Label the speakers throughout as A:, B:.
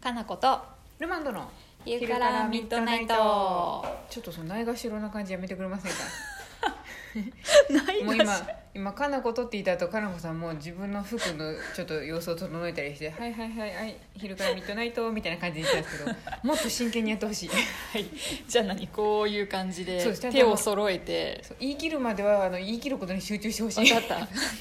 A: かなこと
B: ルマンドの
A: 昼からミッドナイト
B: ちょっとそのないがしろな感じやめてくれま せんか
A: な
B: もう今今かなことって言った後かなこさんも自分の服のちょっと様子を整えたりして「はいはいはいはい昼からミッドナイト」みたいな感じで言ってたん ですけどもっと真剣にやってほしい
A: はい、じゃあ何こういう感じ
B: そう
A: で
B: ですね
A: 手を揃えて
B: そう言い切るまではあの言い切ることに集中してほし
A: 分
B: い
A: かっ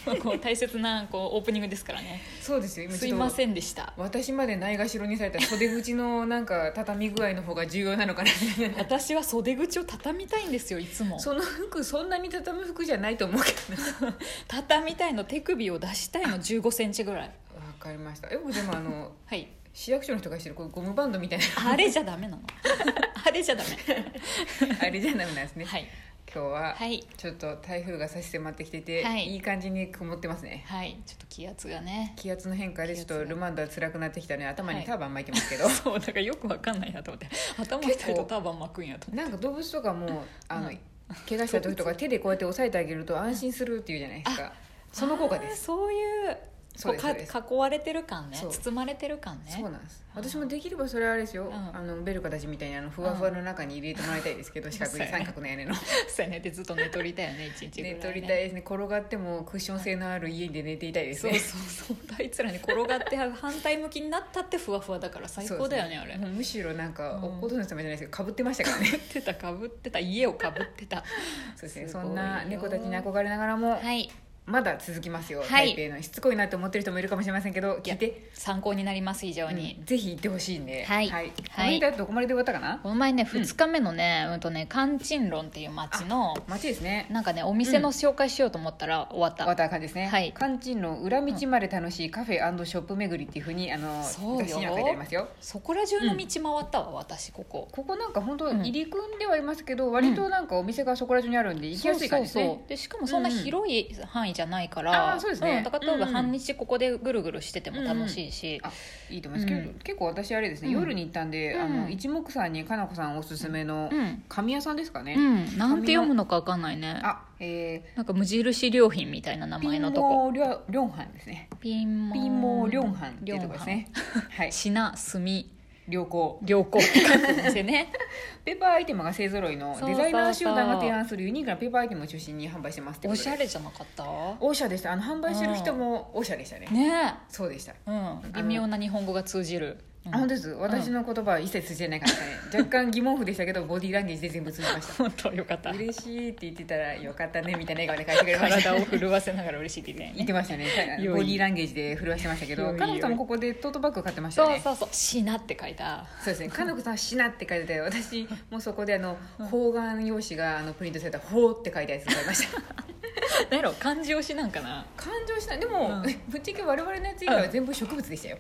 A: た こう大切なこうオープニングですからね
B: そうですよ今
A: す
B: ち
A: い
B: ょ
A: ま
B: っと
A: せんでした
B: 私までないがしろにされたら袖口のなんか畳み具合の方が重要なのかなみたいな
A: 私は袖口を畳みたいんですよいつも
B: その服そんなに畳む服じゃないと思うけどな
A: 畳みたいの手首を出したいの1 5センチぐらい
B: わかりましたえ僕でもあの
A: はい
B: 市役所の人がしてるこうゴムバンドみ たいな
A: あれじゃダメなのあれじゃダメ
B: あれじゃダメなんですね、
A: はい
B: 今日は
A: はい
B: ちょっと台風が差し迫ってきてて、
A: はい
B: い、い感じに曇ってますね
A: はいちょっと気圧が ね
B: 気圧の変化でちょっ
A: 気圧
B: と
A: が
B: ルマンドは辛くなってきたので頭
A: は
B: に
A: い
B: ターバン巻いてますけど、
A: そうだからよくわかんないなと思って頭一人とターバン巻くんやと思って
B: なんか動物とかもあの、
A: うん
B: 怪我した時とか手でこうやって押さえてあげると安心するっていうじゃないですかその効果です
A: あーそういう
B: そうです
A: こうか
B: そうです
A: 囲われてる感ね
B: そう
A: 包まれてる感ね
B: そうなんです
A: あー
B: 私もできればそれはあれですよ、
A: うん
B: あのベルカたちみたいにあのふわふわの中に入れてもらいたいですけど、四角
A: そう
B: い
A: やね
B: 三角の屋 根の
A: そうやねでずっと寝取りたいよね一日ぐらい、
B: 寝
A: ね、
B: 取りたいですね転がってもクッション性のある家で寝ていたいです
A: そう
B: ね
A: そうそうあいつらに転がって反対向きになったってふわふわだから最高だよね
B: そう
A: あ
B: で
A: れ
B: すもうむしろなんか、
A: うん
B: おことの様じゃないですけどかぶってましたから ね
A: かぶってたかぶってた家をかぶってた
B: そうですね
A: すごい
B: そ
A: よ
B: んな猫たちに憧れながらも、
A: はい
B: まだ続きますよ、
A: はい
B: 台北のしつこいなと思ってる人もいるかもしれませんけど聞いて、
A: 参考になります以上に、
B: うんぜひ行ってほしいんで
A: はい
B: はい、この
A: はい
B: 間どこまでで終わったかな
A: この前ね2日目のね、うん、とねカンチンロンっていう町の
B: 街ですね
A: なんかねお店の紹介しようと思ったら終わった、
B: 終わった感じですね、
A: はい
B: カンチンの裏道まで楽しいカフェショップ巡りっていうふうにあの
A: そうよ
B: 雑誌には書いてありますよ
A: そこら中の道回ったわ、私ここ
B: ここなんか本当
A: うん
B: 入り組んではいますけど、割となんかお店がそこら中にあるんで行きやすい感じですね
A: そうそうそうでしかもそんな
B: うんうん
A: 広い範囲じゃないか
B: あ
A: ら、
B: ーそうですね
A: んだから例えば
B: うんうん
A: 半日ここでぐるぐるしてても楽しいし、
B: いいと思いますけど、
A: うん
B: 結構私あれですね、
A: うん
B: 夜に行ったんで、
A: うん
B: あの一目散にかなこさんおすすめの
A: うん
B: 紙屋さんですかね、
A: うんなんて読むのかわかんないね
B: あえ
A: なんか無印良品みたいな名
B: ー、ピ
A: 前
B: ン
A: のとこ
B: モーリョリョンハンですね
A: ピン
B: ピンモーリョンハンっていうとこですねはい
A: 品墨
B: 良好
A: 良好って書くんですよ ね
B: ペーパーアイテムが勢ぞろいの
A: そうそうそう
B: デザイナー集団が提案するユニークなペーパーアイテムを中心に販売してますってこ
A: お
B: とで
A: しゃれじゃなかった
B: オシャでしたあの販売してる人もオシャでしたね、
A: ね
B: そうでした
A: え、うん、微妙な日本語が通じる、うん
B: あ本当です私の言葉は一切通じてないからね、若干疑問符でしたけどボディーランゲージで全部通じ まし
A: 本当よかった
B: た嬉しいって言ってたらよかったねみたいな笑顔で返してくれました
A: 体を震わせながら嬉しいって言って
B: 言
A: ね
B: ってましたね
A: いよい
B: ボディーランゲージで震わしてましたけ
A: よい
B: ど
A: よい
B: かのこさんもここでトートバッグ買ってましたよ
A: そう
B: ねそう
A: そうそう「しな」って書いた
B: で すねかのこさん「しな」って書いてて私もそこであの方眼用紙があのプリントされた「ほう」って書いたやつ買いました
A: 何やろ漢字推しなんかな
B: 感情したでも、
A: うん
B: ぶっちゃけ我々のやつ以外は全部植物 でしたよ、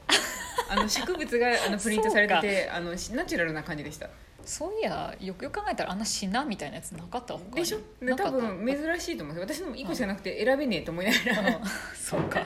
B: あの植物があのプリントされててあのしナチュラルな感じでした
A: そういやよくよく考えたらあんな「しな」みたいなやつなかった他に
B: でしょで
A: なか
B: 多
A: った
B: 分珍しいと思うんですよ私のも1個しかなくて選べねえと思いながら
A: うんそう か、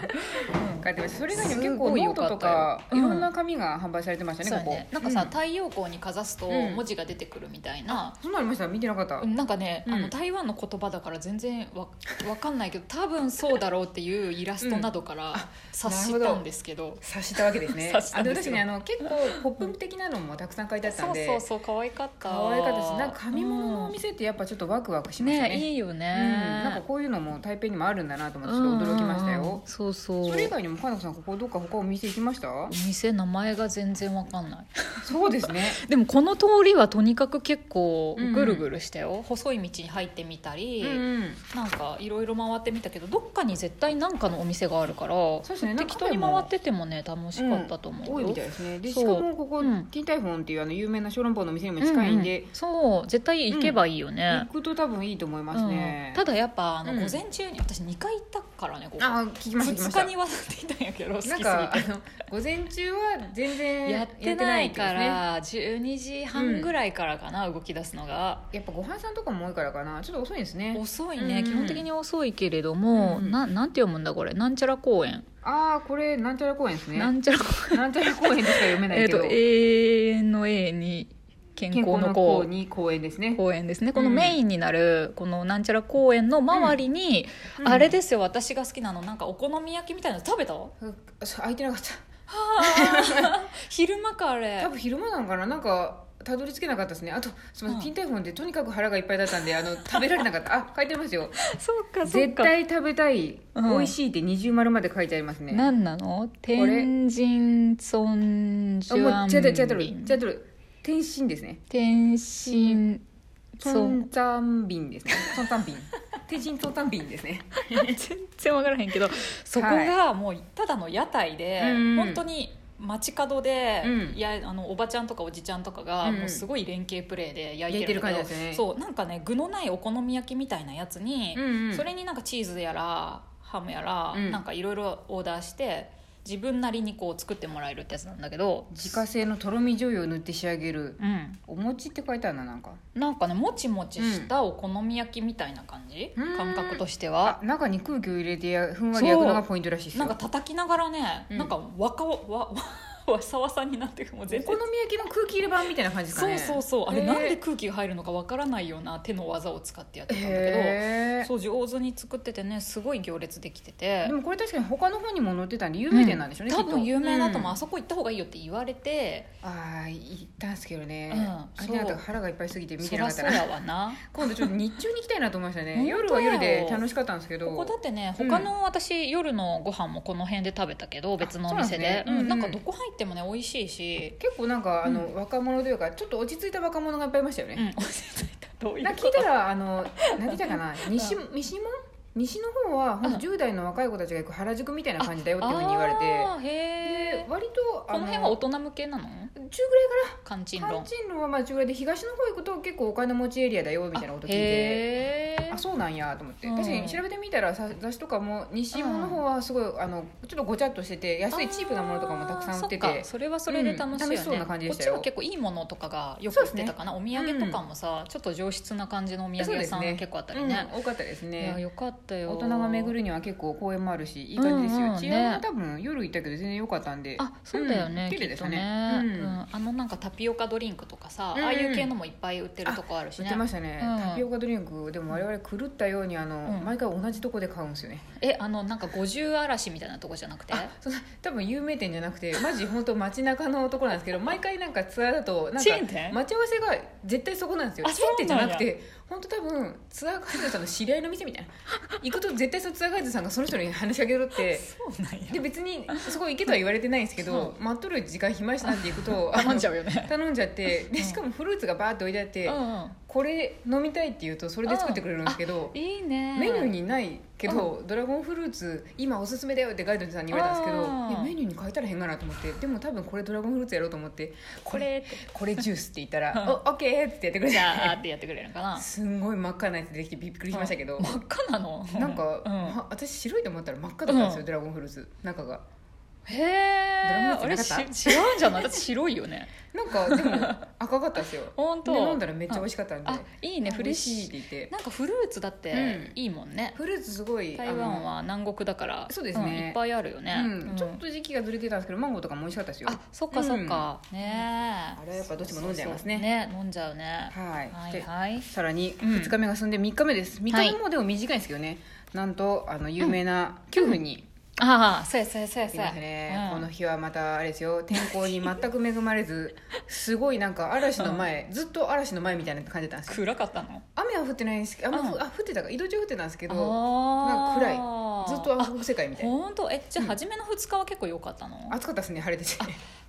B: 書いてましたそれ以外にも
A: す
B: 結
A: ご
B: 構
A: い
B: ノ
A: よ
B: ー
A: か
B: ト
A: ったよ
B: とか
A: うん
B: いろんな紙が販売されてました
A: そうや
B: ねこ
A: ね
B: こ
A: なんかさ、
B: うん
A: 太陽光にかざすと
B: うん
A: 文字が出てくるみたいな、
B: そんなのありました見てなかった、
A: なんかね、あ
B: う
A: の
B: ん
A: 台湾の言葉だから全然わわかんないけど多分そうだろうっていうイラストなどから 察したんですけど,、
B: 察したわけですね
A: 察した
B: あ
A: ん
B: で
A: です
B: 私
A: よ
B: ねあの結構ポップ的なのもたくさん書いてあったんで
A: そうそうそう可愛かった
B: 可愛かったですなんか紙物のお店ってやっぱちょっとワクワクしましたね
A: ねいいよね、
B: うん、なんかこういうのも台北にもあるんだなと思ってちょっと驚きましたよ、
A: うんうんうんそうそう
B: それ以外にもかなこさんここどっか他お店行きました
A: お店名前が全然わかんない
B: そうですね
A: でもこの通りはとにかく結構
B: うんうん
A: ぐるぐるしたよ、細い道に入ってみたり、
B: うんうん
A: なんかいろいろ回ってみたけどどっかに絶対何かのお店があるから
B: うですねなんか
A: 適当に
B: カフェも
A: 回っててもね楽しかったと思うよ、
B: 多いみたいですねで
A: そう
B: しかもここ、
A: うん
B: ティンタイフォンっていうあの有名な小籠包の店にも近いんで、
A: ううそう絶対行けばいいよね
B: 行、くと多分いいと思いますね、
A: うんただやっぱあの、
B: うん
A: 午前中に私2回行ったからねここ
B: あ聞きました聞
A: 2
B: きました
A: 日にわたっていたんやけど好きすぎ
B: なん
A: て
B: かあの午前中は全 然
A: やってないか
B: やってないってことですね
A: ら12時半ぐらいからかな、動き出すのが
B: やっぱご飯さんとかも多いからかなちょっと遅いんですね
A: 遅い
B: うんう
A: ね、
B: ん
A: 基本的に遅いけれども、
B: うんうん
A: ななんて読むんだこれなんちゃら公園、
B: ああこれなんちゃら公園ですね
A: な
B: なん
A: んちゃら公
B: ちゃら公園としか読め
A: 園
B: な
A: え
B: い
A: っ
B: けど、
A: と永遠の A に健
B: 健
A: 康
B: 康
A: の
B: の
A: 公
B: 公に公園ですね
A: 公園ですねこの
B: うん
A: メインになるこのなんちゃら公園の周りに、
B: うん
A: あれですよ私が好きなのなんかお好み焼きみたいなの食べた
B: あそう開いてなかった
A: 昼間かあれ
B: 多分昼間なんかななんかたどり着けなかったですねあとすみません、
A: うん
B: ピンタイフォンでとにかく腹がいっぱいだったんであの食べられなかった あ書いてますよ
A: そうか
B: 絶対食べたい、
A: うん
B: 美味しいって二重丸まで書いてありますね
A: 何なの天神尊
B: あもう
A: 寺
B: 違う違う違う違う違う天津ですね
A: 天神
B: ト
A: 尊
B: ンツァンビンですねトンツァン ビン天津トンツァンビンですね
A: 全然分からへんけどそこがもうただの屋台で、
B: うん
A: 本当に街角で、
B: うん
A: いやあのおばちゃんとかおじちゃんとかが、
B: うん
A: もうすごい連携プレーで焼い
B: 焼い
A: て
B: て
A: る
B: る
A: んだ
B: 感
A: け
B: じ
A: ど
B: ですね
A: そうなんかね具のないお好み焼きみたいなやつに、
B: ん
A: それになんかチーズやらハムやら、
B: うん
A: なんかいろいろオーダーして自分なりにこう作ってもらえるってやつなんだけど、
B: 自家製のとろみ醤油を塗って仕上げる
A: うん、
B: お餅って書いてあるななんか
A: なんかねもちもちしたお好み焼きみたいな感じ、
B: うん
A: 感覚として
B: あ
A: は。
B: 中に空気を入れてやふんわり焼くのがポイントらしいです
A: な
B: よ
A: んか叩きながらね、
B: うん
A: なんかわかわわわわさわさになってくもう
B: お
A: 全
B: 好
A: 然
B: み焼きの空気入れ版みたいな感じですか
A: そう
B: ね
A: そうそうあれ
B: へー
A: なんで空気が入るのかわからないような手の技を使ってやってたんだけ
B: へ
A: ど
B: え
A: そう上手に作っててねすごい行列できてて
B: でもこれ確かに他の本にも載ってたんで有名店なんでしょうね、
A: 多分有名だと思う、
B: ま
A: あそこ行った方がいいよって言われて
B: ああ行ったんですけどね、
A: うん
B: あれなんか腹がいっぱいすぎて見
A: そ
B: てな
A: ら
B: かった
A: そ
B: な
A: やわな
B: 今度ちょっと日中に行きたいなと思いました
A: 本
B: ね
A: 当だよ
B: 夜は夜で楽しかったんですけど
A: ここだってね
B: うん
A: 他の私、夜のご飯もこの辺で食べたけど別のお店で
B: あそ
A: う
B: うなんですね
A: んなんか
B: うん
A: どこ入ってもね美味しいし、
B: 結構なんかあの、
A: う
B: 若者というかちょっと落ち着いた若者がいっぱいいましたよ
A: う
B: ね、
A: ん、お店着いたどういう
B: なん
A: こ
B: か
A: と
B: 聞いたらあの何て言っ たかな西西門西の方はほんと
A: うん
B: 10代の若い子たちが行く原宿みたいな感じだよっていうふうに言われて
A: あーへ
B: で
A: え
B: 割とあ
A: この辺は大人向けなの
B: 中ぐらいか
A: 関チン
B: な
A: ロン
B: 関チン路はまあ中ぐらいで東の方行くと結構お金持ちエリアだよみたいなこと聞いて
A: へえ
B: あそうなんやと思って
A: うん
B: 確かに調べてみたらさ雑誌とかも西門の方はすごいあのちょっとごちゃっとしてて安いチープなものとかもたくさん売
A: あーそ
B: ってて
A: かそれはそれで楽しいよね、
B: うん楽しそうな感じで
A: こ
B: し
A: ったち
B: よ
A: は結構いいものとかがよく
B: そう
A: 売っ
B: ですね
A: てたかな、お土産とかもさ、ちょっと上質な感じのお土産屋さ
B: そうです
A: ん
B: ね
A: 結構あった
B: う
A: り
B: ん
A: ね
B: 多かったです
A: いや
B: ね
A: よかったよ
B: 大人が巡るには結構公園もあるしいい感じです
A: うんうん
B: よ
A: ね
B: 治安も多分夜行ったけど全然良かったんで
A: あそうだよね、
B: うん
A: き
B: 綺麗
A: っ
B: でし
A: と
B: た
A: ね
B: ね
A: う
B: うん
A: んあのなんかタピオカドリンクとかさ、
B: うんうん
A: ああいう系のもいっぱい売ってるとこあるし
B: 売っ
A: ね
B: てましたね、
A: うん
B: タピオカドリンクでも我々狂ったようにあの、
A: うん
B: 毎回同じとこで買うんですよね
A: えあのなんか五十嵐みたいなとこじゃなくて
B: あそう多分有名店じゃなくてマジ本当街中のところなんです けど毎回なんかツアーだとなんか
A: チェーン店
B: 待ち合わせが絶対そこなんですよ
A: あ
B: チェーン店じ
A: そうなん
B: ゃな
A: や
B: くて本当多分ツアーガイドさんの知り合いの店みたいな行くと絶対そのツアーガイドさんがその人に話しかけとって
A: そうなんや
B: で別にそこ行けとは言われてないんですけど、待っとる時間暇やしなって行くと
A: 頼んじゃ
B: う
A: うよね
B: 頼んじゃって
A: う
B: で
A: ん
B: しかもフルーツがバーって置いてあって、
A: うんうん
B: これ飲みたいって言うとそれで作ってくれるんですけど、
A: いいね
B: メニューにないけど、ドラゴンフルーツ今おすすめだよってガイドさんに言われたんですけど
A: あー
B: いやメニューに書いたらへんかなと思ってでも多分これドラゴンフルーツやろうと思って
A: これ
B: これジュースって言ったら
A: うん
B: 「おオッケー!」ってやってくれ
A: じゃあ
B: た
A: ってやってくれるのかな
B: すんごい真っ赤なやつ出てきてびっくりしましたけど、
A: 真っ赤なの
B: なんか、
A: うん
B: ま私白いと思ったら真っ赤だったんですよ、
A: うん
B: ドラゴンフルーツ中が
A: へえあれ
B: ドラムのやつなかっ
A: し違うんじゃない私白いよね
B: なんかでも赤かったんですよ
A: 本当
B: で飲んだらめっちゃ美味しかったんで、
A: あいいね
B: あ
A: フレ
B: 美
A: ッ
B: 味しいっ
A: シ
B: て言って
A: ュなんかフルーツだって
B: うん
A: いいもんね
B: フルーツすごい
A: 台湾
B: あ
A: は南国だから
B: そうですね
A: んいっぱいあるよね
B: のうん
A: うん
B: ちょっと時期がずれてたんですけどマンゴーとかも美味しかったですよ
A: あそっかそっかねえ
B: あれはやっぱどっちも飲んじゃいますね
A: そうそうそうね飲んじゃうね
B: はい、
A: はい
B: で
A: はい
B: さらに
A: うん
B: 2日目が進んで3日目です、3日目もでも短いんですけどね、なんとあの有名な9分に
A: ああそうやそうやそうや
B: い
A: そう
B: ま
A: や
B: すね、
A: うん
B: この日はまたあれですよ天候に全く恵まれ ずすごいなんか嵐の前、ずっと嵐の前みたいな感じだったんですよ
A: 暗かったの
B: 雨は降ってないんですけど、あんまふ
A: うん
B: あ降ってたか移動中降ってたんですけど
A: あ
B: なんずっと暗黒世界みたいな
A: 本当えじゃあ
B: うん
A: 初めの2日は結構良かったの
B: 暑かったですね晴れてて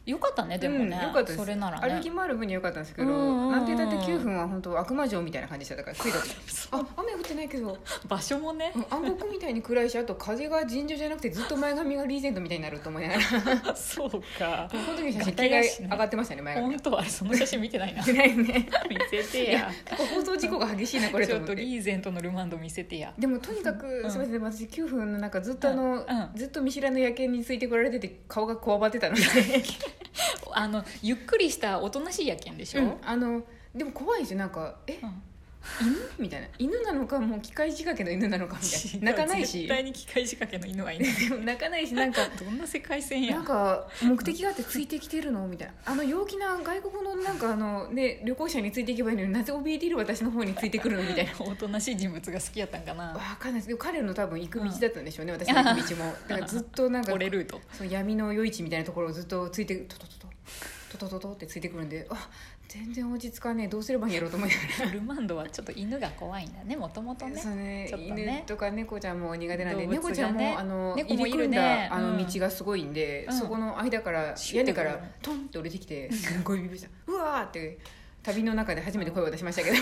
A: よかったねでも
B: うん
A: ね
B: よかったです
A: それならね
B: 歩き回る分には良かったんですけど、
A: うんうんうん
B: なんて言ったって9分は本当悪魔城みたいな感じでしただからついた時あ雨降ってないけど
A: 場所もね
B: うん暗黒みたいに暗いしあと風が尋常じゃなくてずっと前髪がリーゼントみたいになると思いな がらこ
A: そうか
B: の時の写真
A: 崖
B: 大
A: や
B: 概
A: しね
B: 上がってましたね前髪
A: 本当はその写真見てないな
B: 見てないね
A: 見せて
B: いや
A: や
B: 結構放送事故が激しいなこれ
A: ち
B: と
A: ょ
B: 思
A: っ
B: っ
A: と
B: て
A: リーゼントのルマンド見せてや
B: でもとにかく、
A: うん
B: すみません私9分の中ずっとあの、
A: うん
B: ずっと見知らぬ夜景についてこられてて顔がこわばってた ので、
A: あのゆっくりしたおとなしい夜景でしょ、
B: うんあのでも怖いですよなんかえ
A: うん
B: みたいな犬なのかもう機械仕掛けの犬なのかみたい な泣かないし
A: 絶 対に機械仕掛けの犬はいない
B: でも泣かないしなんか
A: どんな世界線や
B: なんか目的があってついてきてるのみたいなあの陽気な外国のなんかあの、ね、旅行者についていけばいいのになぜ怯えている私の方についてくるのみ たいな
A: おとなしい人物が好きやったんかな
B: わかんないですでも彼の多分行く道だったんでしょうね、私の行く道もだからずっとなんか
A: 俺ルート
B: そう闇の夜市みたいなところをずっとついてトトトトトトトトってついてくるんであ全然落ち着かねえどうすればいいんやろうと思いながら
A: ルマンドはちょっと犬が怖いんだねもともとね
B: そうね
A: ちょっとね
B: 犬とか猫ちゃんも苦手なんで、
A: 動物が
B: 猫
A: ね
B: ちゃんもあの
A: 猫もいるね
B: 入り組んだあ
A: う
B: の
A: ん
B: 道がすごいんで、
A: うん
B: そこの間から
A: シュ
B: 屋
A: ッて
B: 根
A: く
B: か
A: る
B: らトンって降りてきてすごいビビしたうわーって旅の中で初めて声を出しまし たけど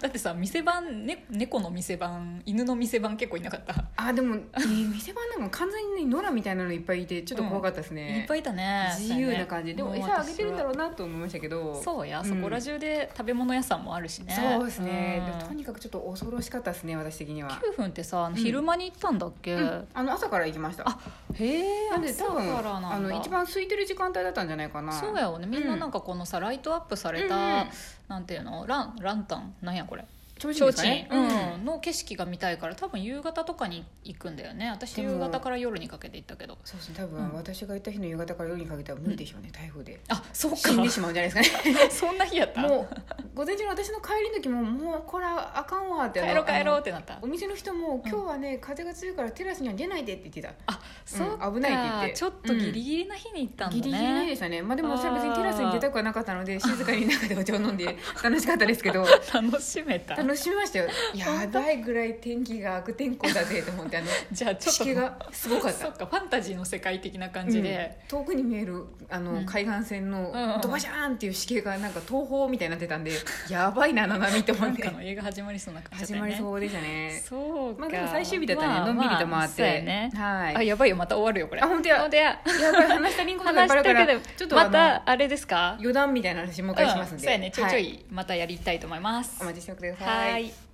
A: だってさ店番、ね、猫の店番犬の店番結構いなかった、
B: あでも、えー店番なんか完全に野良みたいなのいっぱいいてちょっと怖かったですね、
A: いっぱいいたね
B: 自由な感じ、でも餌あげてるんだろ
A: う
B: うなと思いましたけど
A: そうや、
B: うん
A: そこら中で食べ物屋さんもあるしね
B: そうですね、
A: うん
B: でもとにかくちょっと恐ろしかったですね私的には、
A: 9分ってさあの
B: うん
A: 昼間に行ったんだっけ、
B: うんあの朝から行きました
A: あへえ
B: なんで多分
A: からな
B: あ
A: んだ
B: の一番空いてる時間帯だったんじゃないかな
A: そうやよねみんななんかこのさ、ライトアップされた、
B: うんうん
A: なんていうのランランタンなんやこれ
B: 提
A: 提
B: 灯
A: 灯、
B: うん
A: うん、の景色が見たいから多分夕方とかに行くんだよね私
B: でも
A: 夕方から夜にかけて行ったけど
B: そうですね多分、
A: うん
B: 私が行った日の夕方から夜にかけては無理でしょうね台風で
A: あそうか
B: 死んでしまうんじゃないです か
A: そんな日やった
B: ねもう午前中の私の帰りの時ももうこれはあかんわってあの
A: 帰ろう帰ろう
B: あ
A: っ
B: の
A: てなった
B: お店の人も今日はね、風が強いからテラスには出ないでって言ってた
A: そうか、
B: 危ないって言って
A: ちょっとギリギリな日に行ったんだね、
B: ギリギリないでしたねまあでもそれは別にテラスに出たくはなかったの で静かに中でお茶を飲んで楽しかったですけど
A: 楽しめた
B: 楽しみましたよやばいぐらい天気が悪天候だぜと思ってあの
A: じゃあちょっ
B: 地
A: と
B: 形がすごかった
A: そっかファンタジーの世界的な感じで、
B: うん遠くに見えるあの、
A: うん
B: 海岸線
A: うんうん
B: のドバシャーンっていう地形がなんか東宝みたいになって たんでやばいな七海って思
A: な
B: っ
A: ん
B: て
A: かの映画始まりそうな感じ
B: 始
A: だった
B: ま
A: よね
B: りそうでしたね
A: そうか
B: まあでも最終日だったんで、のんびりと
A: まあまあ
B: 回っ
A: そうや
B: て、
A: ねあ
B: はい
A: やばいよまた終わるよこれ
B: あ本当や
A: 本当や
B: やばい話したりんごとがい
A: 話
B: っぱ
A: し
B: いあるか
A: たけ
B: ら
A: ど
B: ちょっと
A: ま
B: あの
A: たあれですか
B: 余談みたいな話もう一回します
A: う
B: んで、
A: んそうやねちょいちょ
B: はい
A: いまたやりたいと思います、
B: お待ちしてくださ
A: はいい